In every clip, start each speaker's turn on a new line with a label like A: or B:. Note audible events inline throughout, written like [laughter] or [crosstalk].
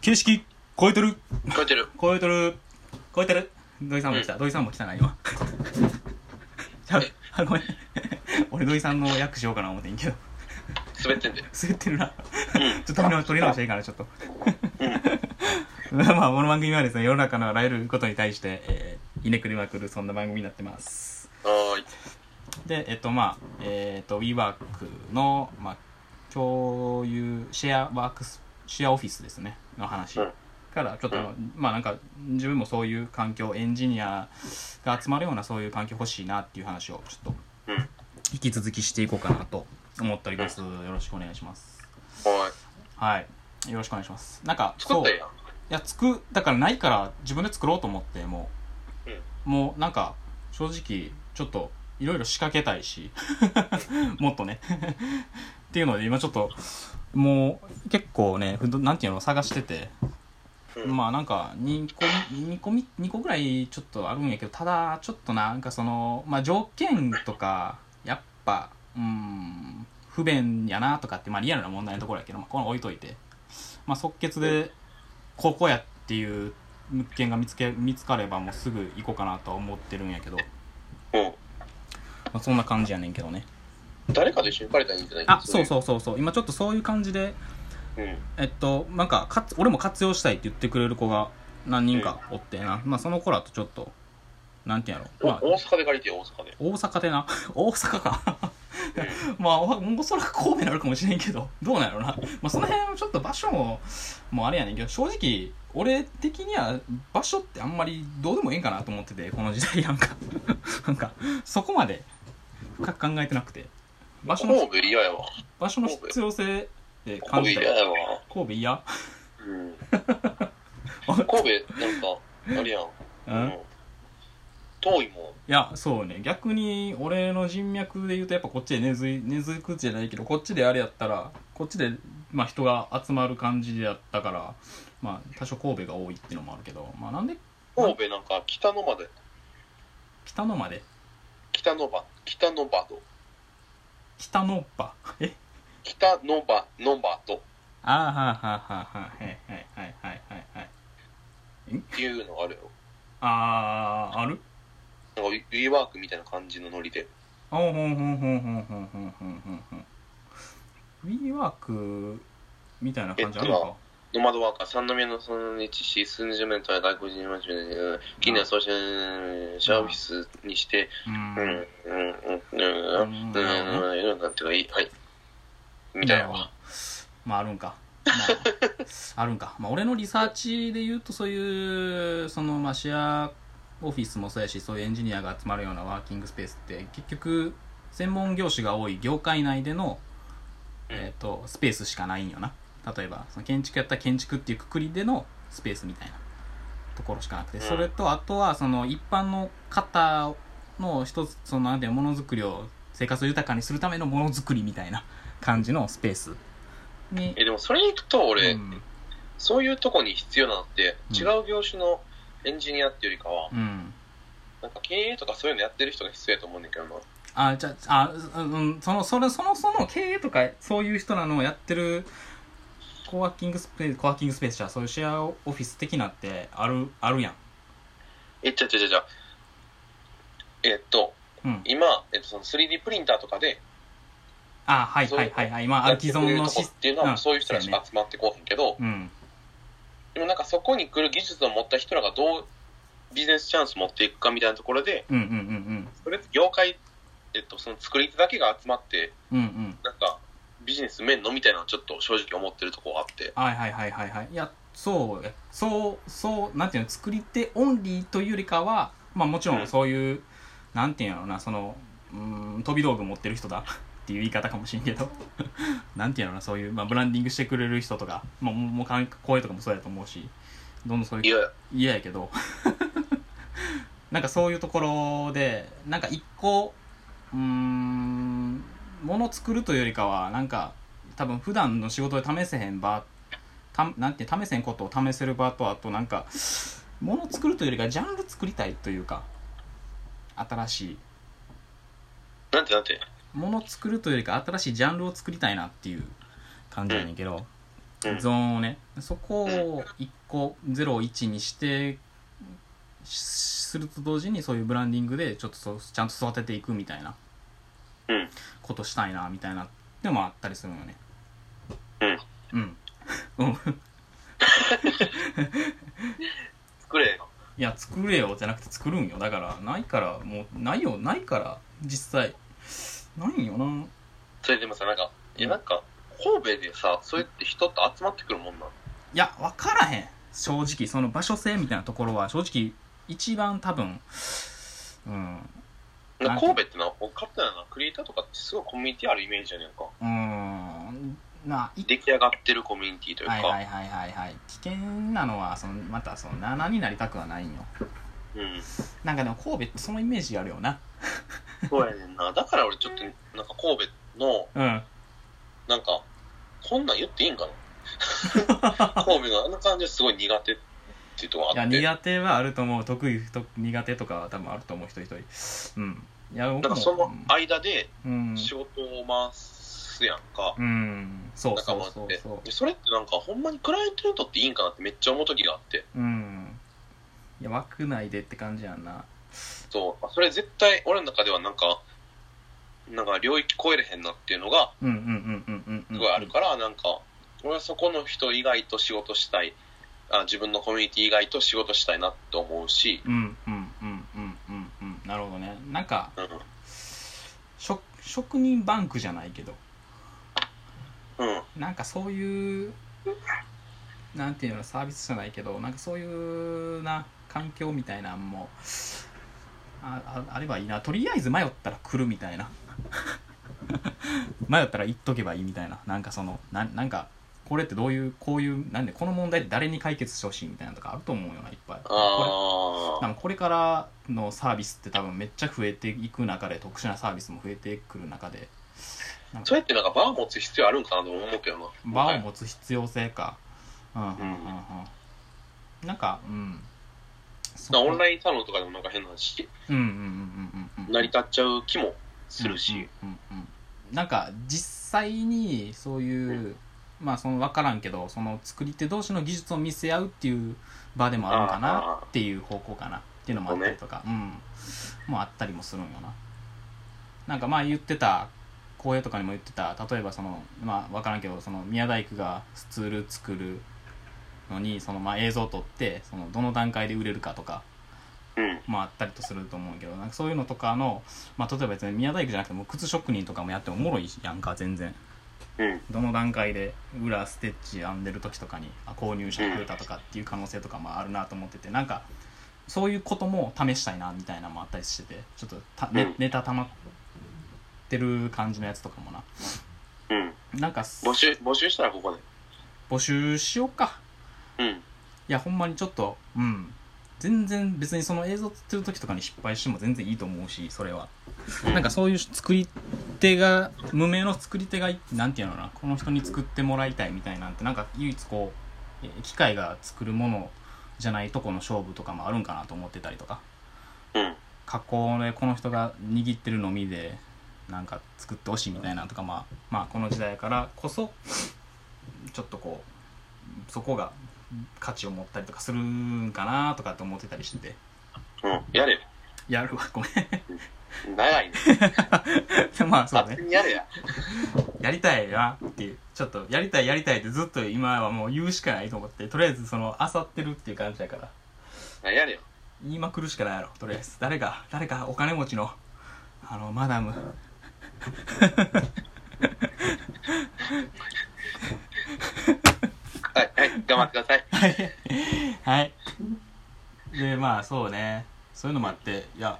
A: 旧式超えてる
B: 書いてる。
A: 超えてる超えてる土井さんも来た、土井さんも来たな [laughs] 今ちゃうあごめん [laughs] 俺土井さんの役しようかな思ってんけど
B: 滑ってんだよ。
A: 滑ってるな
B: うん。
A: ちょっと取り直取り直していいかなちょっと
B: うん。
A: [laughs] まあ、この番組はですね、世の中のあらゆることに対して、えーひねくりまくる、そんな番組になってます。
B: はーい。
A: で、えっと、まあ、えっと、WeWork の、まあ、共有、シェアワークス、シェアオフィスですね、の話
B: うん
A: から、ちょっと、
B: う
A: まあなんか、自分もそういう環境、エンジニアが集まるようなそういう環境欲しいなっていう話を、ちょっと、
B: うん。
A: 引き続きしていこうかなと思っております。よろしくお願いします。
B: はーい。
A: はい。よろしくお願いします。なんか、
B: 作った
A: そう
B: らやん。
A: いやつくだからないから自分で作ろうと思ってもう、もうなんか正直ちょっといろいろ仕掛けたいしもっとね [laughs] っていうので今ちょっともう結構ねふどなんていうの探してて、
B: うん。
A: まあなんか2個2個み二個ぐらいちょっとあるんやけどただちょっとなんかその、まあ、条件とかやっぱうん不便やなとかって、まあ、リアルな問題のところやけど、まあ、この置いといて、まあ、即決でここやっていう物件が見つけ見つかればもうすぐ行こうかなとは思ってるんやけど、ま
B: も
A: あ、そんな感じやねんけどね
B: う、誰かと一緒にバレたらいいんじゃない
A: あそう
B: う。
A: そうそうそう今ちょっとそういう感じで
B: うん。
A: えっとなんかかつ俺も活用したいって言ってくれる子が何人かおってな、まあその子らとちょっとなんていうんや
B: お
A: ろまあ
B: 大阪で借りてよ、大阪で。
A: 大阪でな [laughs] 大阪か
B: う
A: [laughs] まあおおそらく神戸になるかもしれんけどどうなんやろな、まあ、その辺はちょっと場所ももうあれやねんけど正直俺的には場所ってあんまりどうでもいいんかなと思っててこの時代なんか [laughs] なんかそこまで深く考えてなくて場所
B: ん。
A: の
B: 神戸嫌やわ。
A: 場所の必要性で感
B: 神
A: じ
B: 戸
A: た
B: 嫌
A: よ
B: やわ。
A: 神戸いや
B: うん。
A: [laughs]
B: 神戸、なんか、あれやん。
A: う
B: うんん。遠いもん。
A: いやそうね逆に俺の人脈で言うとやっぱこっちで根付い根付くじゃないけどこっちであれやったらこっちで、まあ、人が集まる感じでやったから、まあ、多少神戸が多いっていうのもあるけど、まあ、なんで
B: 神戸なんか、北のまで。
A: 北のまで
B: 北のば。北のばど。
A: 北のば [laughs] え
B: 北のば、のばど。
A: ああはあはあはあはあはいはいはいはいはいはい
B: っていうのがあるよ。
A: ああある
B: なんか、ウィーワークみたいな感じのノリで。
A: あほんほんほんほんほんほんほんほんほんほんウィーワークみたいな感じあるのか
B: ノマドワーカー、三宮のその日し、数十名とは外国人マジで、近年そうして、シャーオフィスにして、
A: う
B: うん、うんん、うん、うん、うん、うん、なんていうか、いい、はい。みたいな。
A: まああるんか、まあ、あるんか、まあ、俺のリサーチで言うとそういうそのまあシェアオフィスもそうやしそういうエンジニアが集まるようなワーキングスペースって結局専門業種が多い業界内での、
B: うん
A: えー、とスペースしかないんよな例えばその建築やったら建築っていうくくりでのスペースみたいなところしかなくて、
B: うん
A: それとあとはその一般の方の一つそのなんていうのものづくりを生活を豊かにするためのものづくりみたいな感じのスペースに
B: え、でもそれに行くと、俺、
A: うん
B: そういうとこに必要なのって、違う業種のエンジニアっていうよりかは、
A: うん
B: なんか経営とかそういうのやってる人が必要やと思うんだけどな。
A: あじゃああ、うん、そのそれそのその経営とかそういう人らのやってるコワーキングスペースコワーキングスペースじゃそういうシェアオフィス的なってあるあるやん
B: え、ちゃちゃちゃちゃ。えっと、
A: うん
B: 今、えっと、その 3D プリンターとかで、
A: あはい
B: そう
A: はいはいはいまあ既存
B: と
A: の
B: こ
A: シ
B: っ
A: ス
B: ていうのは、そういう人らしか集まってこうへんけど、
A: うん
B: でもなんかそこに来る技術を持った人らがどうビジネスチャンス持っていくかみたいなところで、
A: うんうんうん
B: とりあえず業界、えっと、その作り手だけが集まって、
A: うんうんうん
B: なんかビジネス面のみたいなのをちょっと正直思ってるところあって。
A: はいはいはいはいはいいやそうやそうそうなんていうの作り手オンリーというよりかはまあもちろ
B: うんん
A: そういう、なんていうんやろうなそのうん飛び道具持ってる人だ [laughs] っていう言い方かもしれんけど [laughs] なんていうんやろうなそういう、まあ、ブランディングしてくれる人とか、まあ、もうもうかん声とかもそうやと思うしどんどんそう
B: い
A: いう
B: や、
A: 嫌やけど [laughs] なんかそういうところでなんか一個うーんもの作るというよりかはなんか多分普段の仕事で試せへん場たなんて試せんことを試せる場とあとなんかもの作るというよりかジャンル作りたいというか新しい
B: なんてなんて。
A: もの作るというよりか新しいジャンルを作りたいなっていう感じやねんけど、
B: うん
A: ゾーンをねそこを1個01にしてしすると同時にそういうブランディングでちょっとそうちゃんと育てていくみたいな
B: うん
A: ことしたいなみたいなでもあったりするのよね
B: うん
A: うんうん
B: 作れよ
A: いや作れよじゃなくて作るんよだからないからもうないよないから実際ないんよな
B: それでもさなんかいやなんか神戸でさそうやって人って集まってくるもんない
A: や、分からへん。正直、その場所性みたいなところは、正直、一番多分、うん、
B: のなんか
A: な
B: 神
A: ん
B: 戸ってなお勝手なのはクリエイターとかってすごいコミュニティあるイメージやねんか
A: うん、な、い
B: 出来上がってるコミュニティというか、
A: はいはいはいはいはい。危険なのは、その、また、その、7になりたくはないんよ。
B: うん
A: なんかでも、神戸ってそのイメージあるよな。
B: そうやねんなだから俺ちょっとなんか神戸の
A: うん。
B: なんかこんなん言っていいんかな
A: [laughs]
B: 神戸のあの感じはすごい苦手っていうとこ
A: い
B: があ
A: や、
B: って
A: 苦手はあると思う。得意、と苦手とかは多分あると思う、一人一人。うん。いや、
B: な
A: 僕
B: んか
A: も、
B: その間で
A: うん、
B: 仕事を回すやんか、
A: うん、そう
B: 仲
A: そう
B: 間
A: そ
B: っ
A: う
B: て
A: そう。
B: でそれってなんかほんまにクライアントにとっていいんかなってめっちゃ思う時があって
A: うん。いや、枠内でって感じやんな。
B: そうそれ絶対俺の中ではなんかなんか領域超えれへんなっていうのが
A: うんうんうんうんうんうん。
B: すごいあるから、なんか俺はそこの人以外と仕事したいあ自分のコミュニティ以外と仕事したいなと思うし、
A: うんうんうんうんうんうんなるほどねなんか
B: う
A: 職職人バンクじゃないけど
B: んうん、
A: なんかそういうなんていうのサービスじゃないけどなんかそういうな環境みたいなんもあああればいいなとりあえず迷ったら来るみたいな [laughs] 迷ったら言っとけばいいみたいななんかそのなんなんかこれってどういうこういうなんでこの問題って誰に解決してほしいみたいなのとかあると思うよないっぱいこれ
B: あ
A: 多
B: あ
A: 分これからのサービスって多分めっちゃ増えていく中で特殊なサービスも増えてくる中で
B: そうやってなんか場を持つ必要あるんかなと思うけどな
A: 場を
B: つ
A: 持つ必要性か、うんうんうんうんなんかうん
B: オン
A: イ
B: ラインサロンとかでもなんか変な話
A: ンうんうんうんうんうんうん
B: 成り立っちゃう気もするし、
A: うんうんうんうんなんか実際にそういう、まあその分からんけどその作り手同士の技術を見せ合うっていう場でもあるんかなっていう方向かなっていうのもあったりとか、うんもうあったりもするんよななんかまあ言ってた公演とかにも言ってた例えばそのまあ分からんけどその宮大工がスツール作るのにそのまあ映像を撮ってそのどの段階で売れるかとか
B: うん
A: まあ、あったりとすると思うけどなんかそういうのとかの、まあ、例えば別に宮大工じゃなくても靴職人とかもやってもおもろいやんか全然
B: うん
A: どの段階で裏ステッチ編んでる時とかにあ購入者が増えたとかっていう可能性とかもあるなと思っててなんかそういうことも試したいなみたいなのもあったりしててちょっとた、ね
B: うん
A: ネタ溜まってる感じのやつとかもな
B: うん
A: なんか
B: 募集募集したらここで
A: 募集しようか
B: うん
A: いやほんまにちょっとうん全然別にその映像撮ってる時とかに失敗しても全然いいと思うしそれはなんかそういう作り手が無名の作り手がいなんていうのかなこの人に作ってもらいたいみたいなんてなんか唯一こうえ機械が作るものじゃないとこの勝負とかもあるんかなと思ってたりとか
B: うん
A: 加工でこの人が握ってるのみでなんか作ってほしいみたいなのとか、まあ、まあこの時代やからこそちょっとこうそこが価値を持ったりとかするんかなとかって思ってたりしてて
B: うんやれよ
A: やるわごめん
B: 長いね
A: で [laughs] まあそうね
B: 勝手にやれや
A: やりたいなっていうちょっとやりたいやりたいってずっと今はもう言うしかないと思ってとりあえずそのあさってるっていう感じだから
B: やれよ
A: 言いまくるしかないやろとりあえず誰か誰かお金持ちのあのマダム
B: はいはい頑張ってくださ
A: [laughs]
B: い
A: はいはいでまあそうねそういうのもあっていや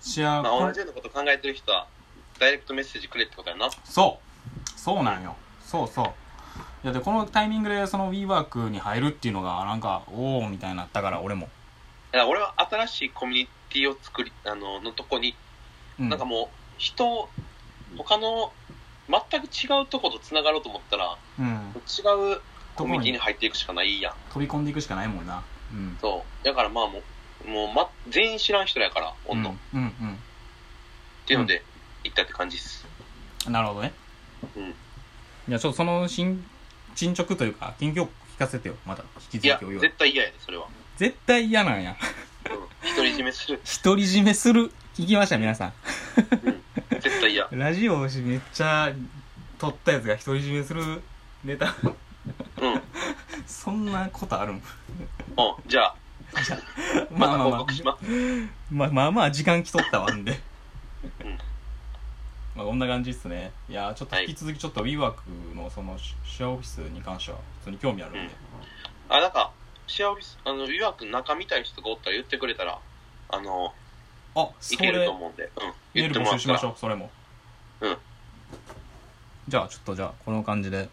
A: 幸
B: まあ同じようなこと考えてる人はダイレクトメッセージくれってことやな
A: そうそうなんよそうそういやでこのタイミングでその WeWork に入るっていうのがなんかおおみたいになったから俺も、
B: だから俺は新しいコミュニティを作りあののとこに、
A: うん、
B: なんかもう人を他の全く違うとことつながろうと思ったら
A: うん
B: 違うコミュニティに入っていくしかないやん
A: 飛び込んでいくしかないもんなうん
B: そうだからまあもうもう、ま、全員知らん人やからおんの、
A: う
B: っ
A: んうん
B: ていうので行ったって感じっす
A: うんなるほどね
B: うん
A: いやちょっとその新進捗というか近況聞かせてよまた引
B: い
A: き
B: や
A: 続きを言
B: 絶対嫌やでそれは、
A: 絶対嫌なんや
B: うん、独り占めする、
A: 独り占めする聞きました皆さ
B: うん、絶対嫌
A: んラジオをしめっちゃ撮ったやつが独り占めするネタ
B: うん、うん、
A: [laughs] そんなことあるん
B: じゃあま
A: [laughs] まあ
B: た
A: まあま
B: 報
A: あ
B: 告します、
A: まあまあまあ時間来とった
B: [laughs]
A: わんで、
B: うん
A: まあこんな感じっすねいやちょっと引き続きちょっと WeWork のそのシェアオフィスに関しては普通に興味あるんで、
B: うんあなんかシェアオフィスあの予約中みたいな人がおったら言ってくれたらあの
A: あ
B: い
A: そ
B: ける
A: れ
B: と思うんで、うん、
A: メ
B: 言
A: ー
B: っ
A: ル
B: て
A: 募
B: もら
A: 集
B: っ
A: したま
B: ら
A: しょうそれも
B: うん
A: じゃあちょっとじゃあこの感じで、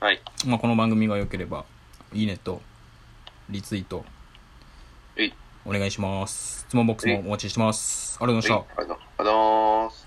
B: はい
A: まあ、この番組が良ければいいねとリツイート
B: はい
A: お願いします質問ボックスもお待ちしてますありがとうござ
B: は
A: いまし
B: い
A: た
B: ありがとうございます